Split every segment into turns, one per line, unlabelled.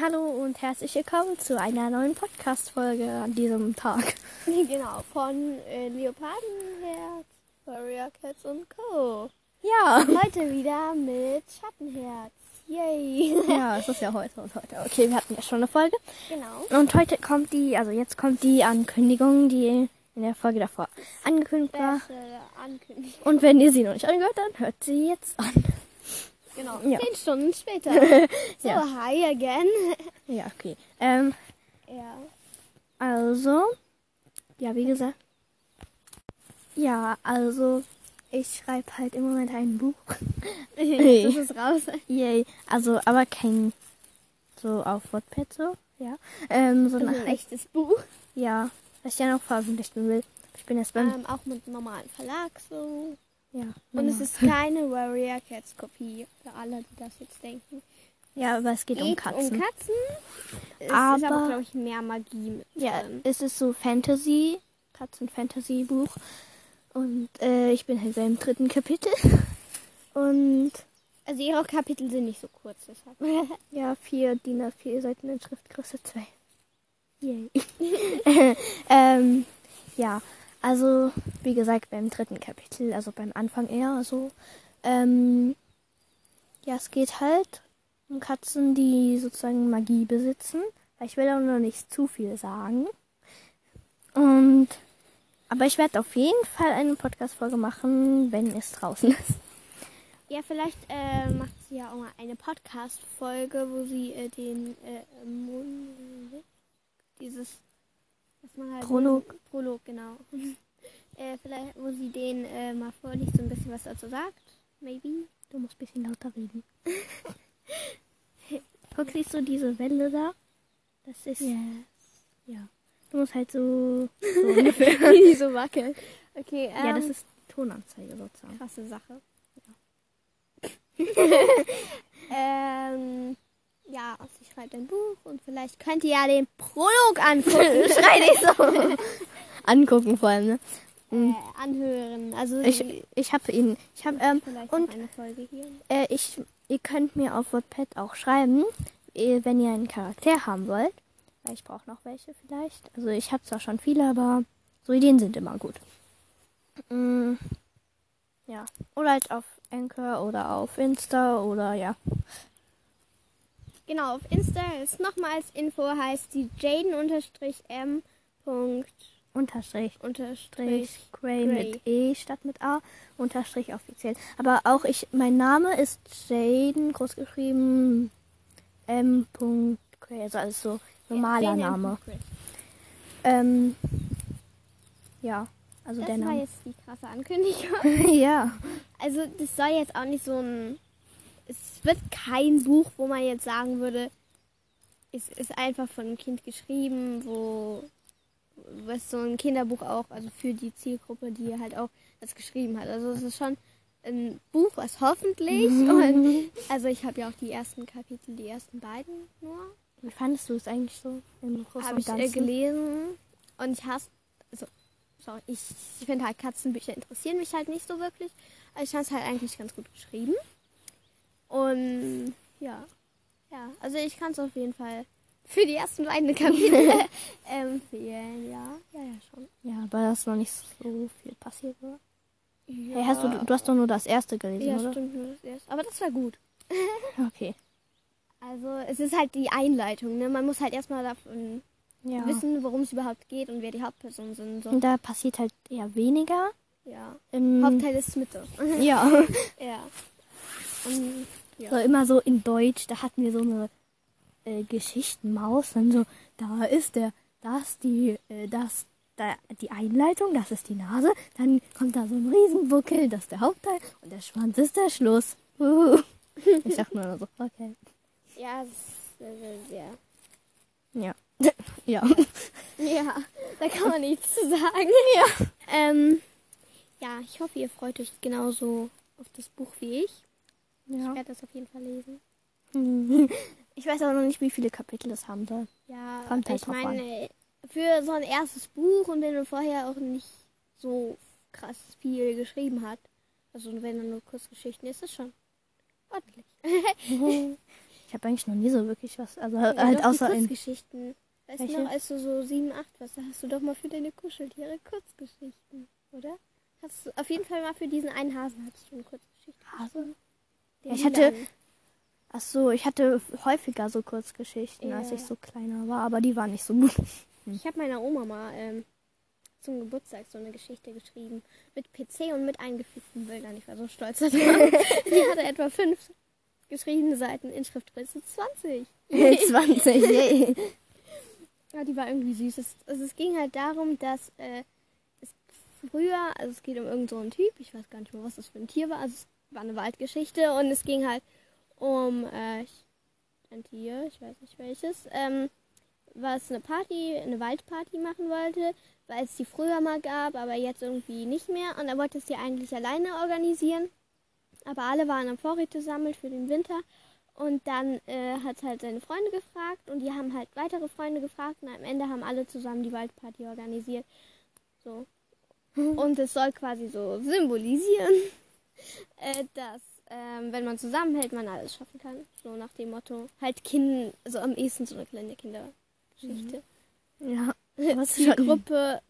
Hallo und herzlich willkommen zu einer neuen Podcast-Folge an diesem Tag.
Genau, von äh, Leopardenherz, Warrior Cats und Co.
Ja.
Heute wieder mit Schattenherz. Yay!
Ja, es ist ja heute und heute. Okay, wir hatten ja schon eine Folge.
Genau.
Und heute kommt die, also jetzt kommt die Ankündigung, die in der Folge davor angekündigt war.
Special Ankündigung.
Und wenn ihr sie noch nicht angehört, dann hört sie jetzt an.
Genau.
Ja.
Zehn Stunden später. So,
Ja.
hi again.
Ja, okay. Ähm,
Ja.
also, ja, wie gesagt. Ja, also, ich schreibe halt im Moment ein Buch.
Jetzt ist es raus.
Yay. Also, aber kein so auf WordPad so, ja. Ähm, so
Das
ein
ist ein echtes Buch.
Ja, was ich ja noch veröffentlichen will. Ich bin erst beim.
Ähm, auch mit normalen Verlag so.
ja. genau.
Und es ist keine Warrior Cats Kopie. Für alle, die das jetzt denken.
ja, aber es geht, um Katzen.
um Katzen. Es ist aber,
Aber-
glaube ich, mehr Magie mit
ja,
drin.
es ist so Fantasy, Katzen-Fantasy-Buch. Und äh, ich bin halt beim dritten Kapitel. Und
Also ihre Kapitel sind nicht so kurz, deshalb.
ja, vier DIN A4 Seiten in Schriftgröße 2. Yay. ähm, ja, also wie gesagt, beim dritten Kapitel, also beim Anfang eher so. Ähm, ja, es geht halt um Katzen, die sozusagen Magie besitzen. Ich will auch noch nicht zu viel sagen. Und aber ich werde auf jeden Fall eine Podcast-Folge machen, wenn es draußen ist.
Ja, vielleicht äh, macht sie ja auch mal eine Podcast-Folge, wo sie äh, den äh, Mund, dieses, was man halt
Prolog.
Prolog, genau. äh, vielleicht, wo sie den äh, mal vorliest und ein bisschen was dazu sagt, maybe.
Du musst ein bisschen lauter reden. Guck, siehst du diese Welle da? Das ist. Ja. Du musst halt so.
Wie so wackelt. Okay, ähm,
ja, das ist Tonanzeige sozusagen.
krasse Sache. Ja. ähm, ja, sie schreibt ein Buch und vielleicht könnt ihr ja den Prolog angucken. Schreibe ich so.
Angucken vor allem, ne?
Äh, anhören. Also
Ich, ich habe ihn. Ich habe. Ähm,
vielleicht
und
noch eine Folge hier.
äh, ich, ihr könnt mir auf WordPad auch schreiben, eh, wenn ihr einen Charakter haben wollt. Weil ich brauche noch welche vielleicht. Also ich habe zwar schon viele, aber so Ideen sind immer gut. Mm, ja. Oder halt auf Anchor oder auf Insta oder ja.
Genau, auf Insta ist nochmals Info heißt die Jaden-M. Punkt
Unterstrich.
unterstrich.
Strich Gray
Gray.
mit E statt mit A. Unterstrich offiziell. Aber auch ich, mein Name ist Jaden, großgeschrieben M. Punkt Gray, also alles so normaler
Ja,
Name.
Jaden M.
Ähm, ja, also der
Das war
Name.
jetzt die krasse Ankündigung.
ja.
Also das soll jetzt auch nicht so ein. Es wird kein Buch, wo man jetzt sagen würde, es ist einfach von einem Kind geschrieben, wo was so ein Kinderbuch auch, also für die Zielgruppe, die halt auch das geschrieben hat. Also es ist schon ein Buch, was hoffentlich. Und, also ich habe ja auch die ersten Kapitel, die ersten beiden nur,
Wie fandest du es eigentlich so im Großen
habe
und
ich äh,
Ganzen?
gelesen. Und ich hasse, also sorry, ich, ich finde halt Katzenbücher interessieren mich halt nicht so wirklich. Aber ich fand es halt eigentlich ganz gut geschrieben. Und ja, ja, also ich kann es auf jeden Fall für die ersten beiden Kapitel äh, empfehlen, ja. Ja, ja, schon.
ja, aber da ist noch nicht so viel passiert, oder?
Ja,
Hey, hast du, du hast doch nur das erste gelesen,
ja
oder?
stimmt, nur das erste. Aber das war gut.
Okay.
Also es ist halt die Einleitung, ne? Man muss halt erstmal davon
Ja.
wissen, worum es überhaupt geht und wer die Hauptpersonen sind. und So.
Und da passiert halt eher weniger.
Ja.
Im
Hauptteil ist Mitte.
ja.
ja. Und, ja.
So immer so in Deutsch, da hatten wir so eine äh, Geschichtenmaus, dann so, da ist der, das die, äh, das, da, die Einleitung, das ist die Nase, dann kommt da so ein Riesenbuckel, das ist der Hauptteil und der Schwanz ist der Schluss. Uhu. Ich dachte nur so, okay.
ja, das ist, äh, ja.
Ja. Ja.
Ja, da kann man nichts zu sagen. Ja. Ähm, ja, ich hoffe, ihr freut euch genauso auf das Buch wie ich. Ich werde das auf jeden Fall lesen.
Ich weiß aber noch nicht, wie viele Kapitel es haben soll.
Ja,
Kommt halt
ich
drauf
meine, für so ein erstes Buch und wenn man vorher auch nicht so krass viel geschrieben hat, also wenn er nur Kurzgeschichten ist, ist das schon ordentlich.
Ich habe eigentlich noch nie so wirklich was, also
Ja,
halt
doch, die
außer in
Kurzgeschichten. Weißt
Welche?
du noch, als du so 7, 8 warst, da hast du doch mal für deine Kuscheltiere Kurzgeschichten, oder? Hast du auf jeden Fall mal für diesen einen Hasen hattest du eine Kurzgeschichte.
Hasen.
Den
Ja, ich hatte-
lilanen.
Ach so, ich hatte häufiger so Kurzgeschichten, als
Ja.
ich so kleiner war, aber die waren nicht so gut.
Ich habe meiner Oma mal ähm, zum Geburtstag so eine Geschichte geschrieben. Mit PC und mit eingefügten Bildern. Ich war so stolz darauf. Die hatte etwa fünf geschriebene Seiten, Inschriftgröße 20.
20, yay.
Ja, die war irgendwie süß. Es, also es ging halt darum, dass äh, es früher, also es geht um irgendeinen so einen Typ, ich weiß gar nicht mehr, was das für ein Tier war, also es war eine Waldgeschichte und es ging halt um äh, ich- ein Tier, ich weiß nicht welches, ähm, was eine Party, eine Waldparty machen wollte, weil es die früher mal gab, aber jetzt irgendwie nicht mehr und er wollte es ja eigentlich alleine organisieren, aber alle waren am Vorräte sammeln für den Winter und dann äh, hat halt seine Freunde gefragt und die haben halt weitere Freunde gefragt und am Ende haben alle zusammen die Waldparty organisiert. So. Und es soll quasi so symbolisieren, äh, dass ähm, wenn man zusammenhält, man alles schaffen kann. So nach dem Motto, halt Kind, also am ehesten so eine kleine Kindergeschichte.
Ja,
Was
Was
die
schon?
Gruppe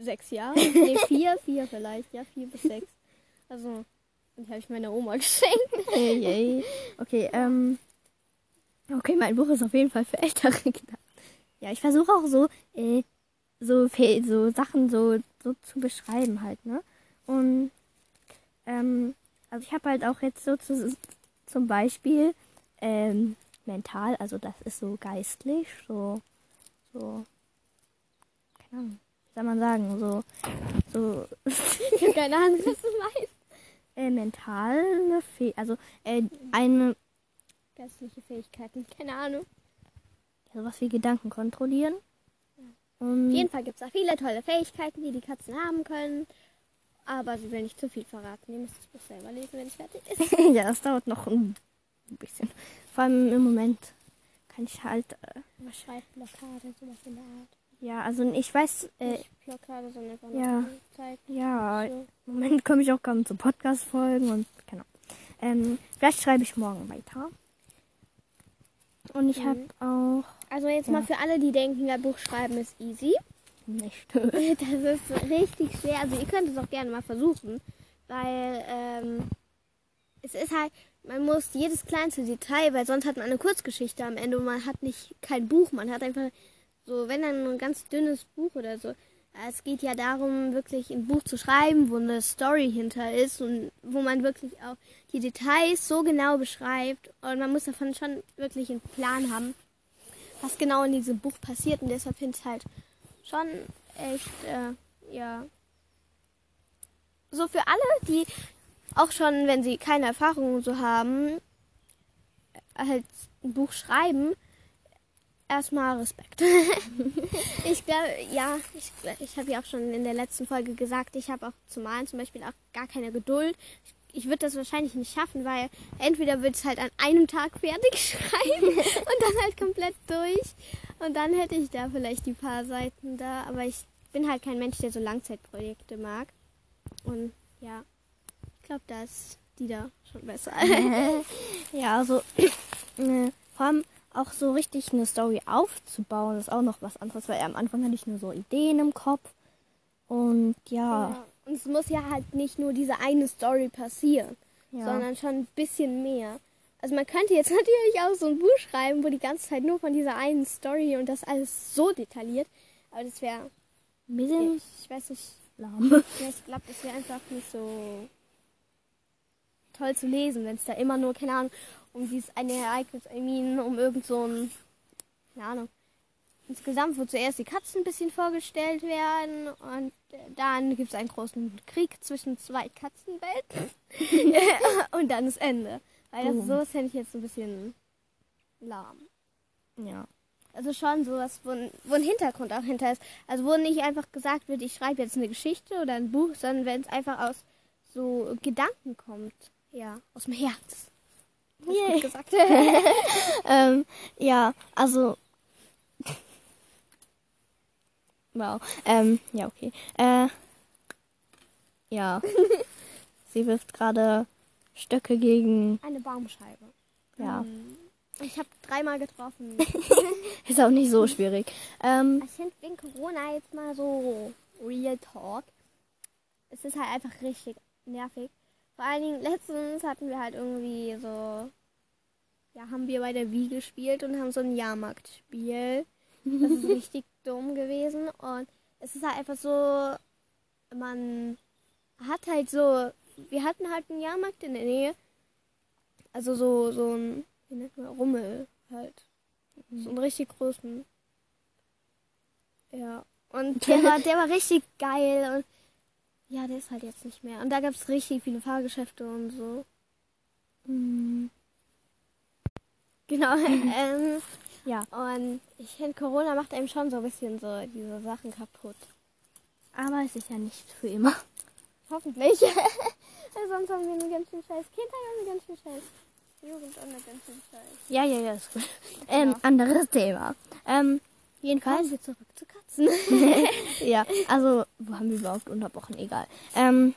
sechs Jahre? Nee, vier, vier vielleicht, ja, vier bis sechs. Also, die habe ich meiner Oma geschenkt.
yay, yay. Okay, ähm. Okay, mein Buch ist auf jeden Fall für ältere Kinder. Ja, ich versuche auch so, äh, so, fe- so Sachen so, so zu beschreiben halt, ne? Und, ähm, also ich habe halt auch jetzt so zu, zum Beispiel, ähm, mental, also das ist so geistlich, so, so, keine Ahnung, wie soll man sagen, so, so,
Ich habe keine Ahnung, was das meint.
äh, mental, eine Fe also, äh, eine,
Geistliche Fähigkeiten, keine Ahnung.
Ja, sowas wie Gedanken kontrollieren.
Auf jeden
Und
Fall gibt es da viele tolle Fähigkeiten, die die Katzen haben können. Aber sie will nicht zu viel verraten. Ihr müsst das Buch selber lesen, wenn es fertig ist.
ja, das dauert noch ein bisschen. Vor allem im Moment kann ich halt, äh,
Oder Schreibblockade, sowas in der Art.
ja, also ich weiß, äh,
Nicht Blockade, sondern einfach
ja.
nur Zeit.
ja, im
So.
Moment komme ich auch kaum zu Podcast-Folgen und genau. Ähm, vielleicht schreibe ich morgen weiter. Und ich habe auch
Also jetzt mal für alle, die denken, ja, Buch schreiben ist easy.
nicht.
Das ist richtig schwer. Also ihr könnt es auch gerne mal versuchen, weil ähm, es ist halt, man muss jedes kleinste Detail, weil sonst hat man eine Kurzgeschichte am Ende und man hat nicht kein Buch, man hat einfach so, wenn dann nur ein ganz dünnes Buch oder so. Es geht ja darum, wirklich ein Buch zu schreiben, wo eine Story hinter ist und wo man wirklich auch die Details so genau beschreibt und man muss davon schon wirklich einen Plan haben, was genau in diesem Buch passiert und deshalb finde ich halt schon echt, äh, ja. So für alle, die auch schon, wenn sie keine Erfahrung so haben, äh, halt ein Buch schreiben, erstmal Respekt. ich glaube, ja, ich, ich habe ja auch schon in der letzten Folge gesagt, ich habe auch zum Malen zum Beispiel auch gar keine Geduld. Ich, ich würde das wahrscheinlich nicht schaffen, weil entweder würde ich es halt an einem Tag fertig schreiben und dann halt komplett durch. Und dann hätte ich da vielleicht die paar Seiten da, aber ich bin halt kein Mensch, der so Langzeitprojekte mag. Und ja, ich glaube, da ist die da schon besser.
ja, also äh, vor allem auch so richtig eine Story aufzubauen, ist auch noch was anderes, weil am Anfang hatte ich nur so Ideen im Kopf. Und ja,
Ja. Und es muss ja halt nicht nur diese eine Story passieren,
Ja.
sondern schon ein bisschen mehr. Also man könnte jetzt natürlich auch so ein Buch schreiben, wo die ganze Zeit nur von dieser einen Story und das alles so detailliert. Aber das wäre,
ein bisschen
ich weiß nicht,
lahm.
Ja, ich glaube, das wäre einfach nicht so toll zu lesen, wenn es da immer nur, keine Ahnung, um dieses eine Ereignis, I mean, um irgend so ein, keine Ahnung. Insgesamt, wo zuerst die Katzen ein bisschen vorgestellt werden und äh, dann gibt es einen großen Krieg zwischen zwei Katzenwelten und dann ist Ende. Weil das
Boom.
sowas fände ich jetzt ein bisschen lahm.
Ja.
Also schon sowas, wo ein, wo ein Hintergrund auch hinter ist. Also wo nicht einfach gesagt wird, ich schreibe jetzt eine Geschichte oder ein Buch, sondern wenn es einfach aus so Gedanken kommt. Ja, aus dem Herz. Hast
Yay.
gut gesagt.
Ähm, ja, also. wow. Ähm, ja, okay. Äh, ja. Sie wirft gerade Stöcke gegen.
Eine Baumscheibe.
Ja.
Hm. Ich habe dreimal getroffen.
Ist auch nicht so schwierig. Ähm,
Ich finde wegen Corona jetzt mal so Real Talk. Es ist halt einfach richtig nervig. Vor allen Dingen letztens hatten wir halt irgendwie so. Ja, haben wir bei der Wii gespielt und haben so ein Jahrmarktspiel. Das ist richtig dumm gewesen. Und es ist halt einfach so. Man hat halt so. Wir hatten halt einen Jahrmarkt in der Nähe. Also so, so ein. Wie nennt man Rummel halt. So einen richtig großen. Ja. Und der war, der war richtig geil. Und ja, der ist halt jetzt nicht mehr. Und da gab es richtig viele Fahrgeschäfte und so.
Mhm.
Genau. ähm,
ja,
und ich finde, Corona macht einem schon so ein bisschen so diese Sachen kaputt.
aber es ist ja nicht für immer.
Hoffentlich. Weil sonst haben wir einen ganz schön scheiß Kindheit und einen ganz schön scheiß Jugend und einen ganz schön scheiß.
Ja, ja, ja, ist gut. Ähm, anderes Thema. Ähm, jedenfalls.
Kommen wir zurück zu Katzen.
Ja, also, wo haben wir überhaupt unterbrochen? Egal. Ähm,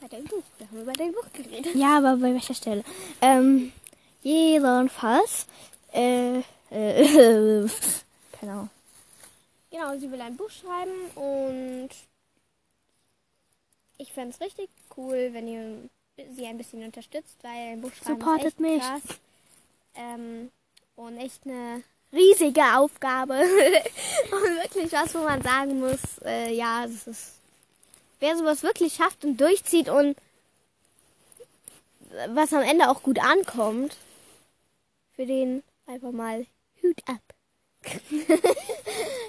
bei deinem Buch. Da haben wir bei deinem Buch geredet.
ja, aber bei welcher Stelle? Ähm, jedenfalls. Äh, äh, keine Ahnung.
Genau, sie will ein Buch schreiben und ich fände es richtig cool, wenn ihr sie ein bisschen unterstützt, weil ein Buch schreiben
Supportet
ist echt
mich.
krass. Ähm, und echt eine riesige Aufgabe. und wirklich was, wo man sagen muss, äh, ja, das ist... Wer sowas wirklich schafft und durchzieht und was am Ende auch gut ankommt, für den einfach mal Hut ab.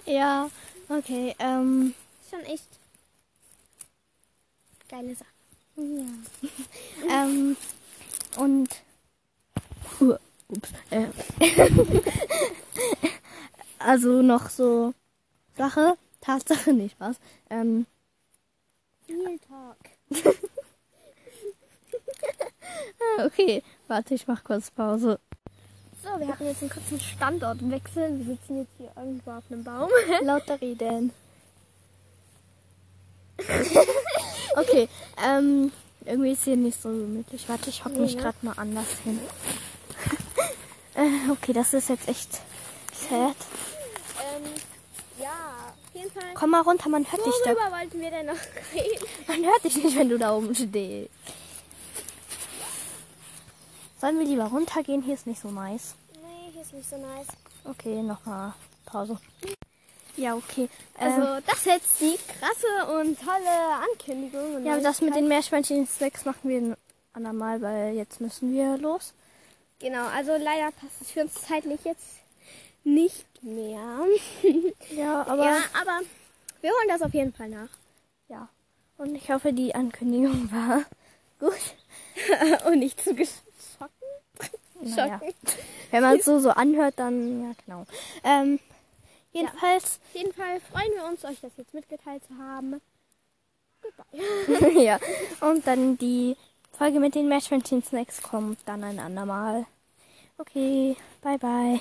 Ja, okay, ähm,
Schon echt geile Sache.
ähm, und. Uh, ups, äh, also noch so Sache, Tatsache, nicht was. Ähm,
Real Talk.
ah, okay, warte, ich mach kurz Pause.
So, wir hatten jetzt einen kurzen Standortwechsel. Wir sitzen jetzt hier irgendwo auf einem Baum.
Lotterie denn? okay, ähm, irgendwie ist hier nicht so gemütlich. Warte, ich hock mich
ne?
gerade mal anders hin. äh, okay, das ist jetzt echt sad.
Ähm, ja, auf jeden Fall.
Komm mal runter, man
halt
hört dich da.
Worüber wollten wir denn noch reden?
Man hört dich nicht, wenn du da oben stehst. Sollen wir lieber runtergehen? Hier ist nicht so nice.
Nee, hier ist nicht so nice.
Okay, nochmal Pause. Ja, okay.
Also,
ähm,
das ist jetzt die krasse und tolle Ankündigung. Und
ja, aber das mit
Neuigkeit.
den Meerschweinchen-Snacks machen wir ein andermal, weil jetzt müssen wir los.
Genau, also leider passt es für uns zeitlich jetzt nicht mehr.
Ja, aber.
Aber ja, aber wir holen das auf jeden Fall nach.
ja. Und ich hoffe, die Ankündigung war gut.
und nicht zu gesch-
Naja.
schocken.
Wenn man es so, so anhört, dann. Ja, genau. Ähm, jedenfalls.
Auf jeden Fall freuen wir uns, euch das jetzt mitgeteilt zu haben.
ja. Und dann die Folge mit den Meerschweinchen-Snacks kommt dann ein andermal. Okay, bye bye.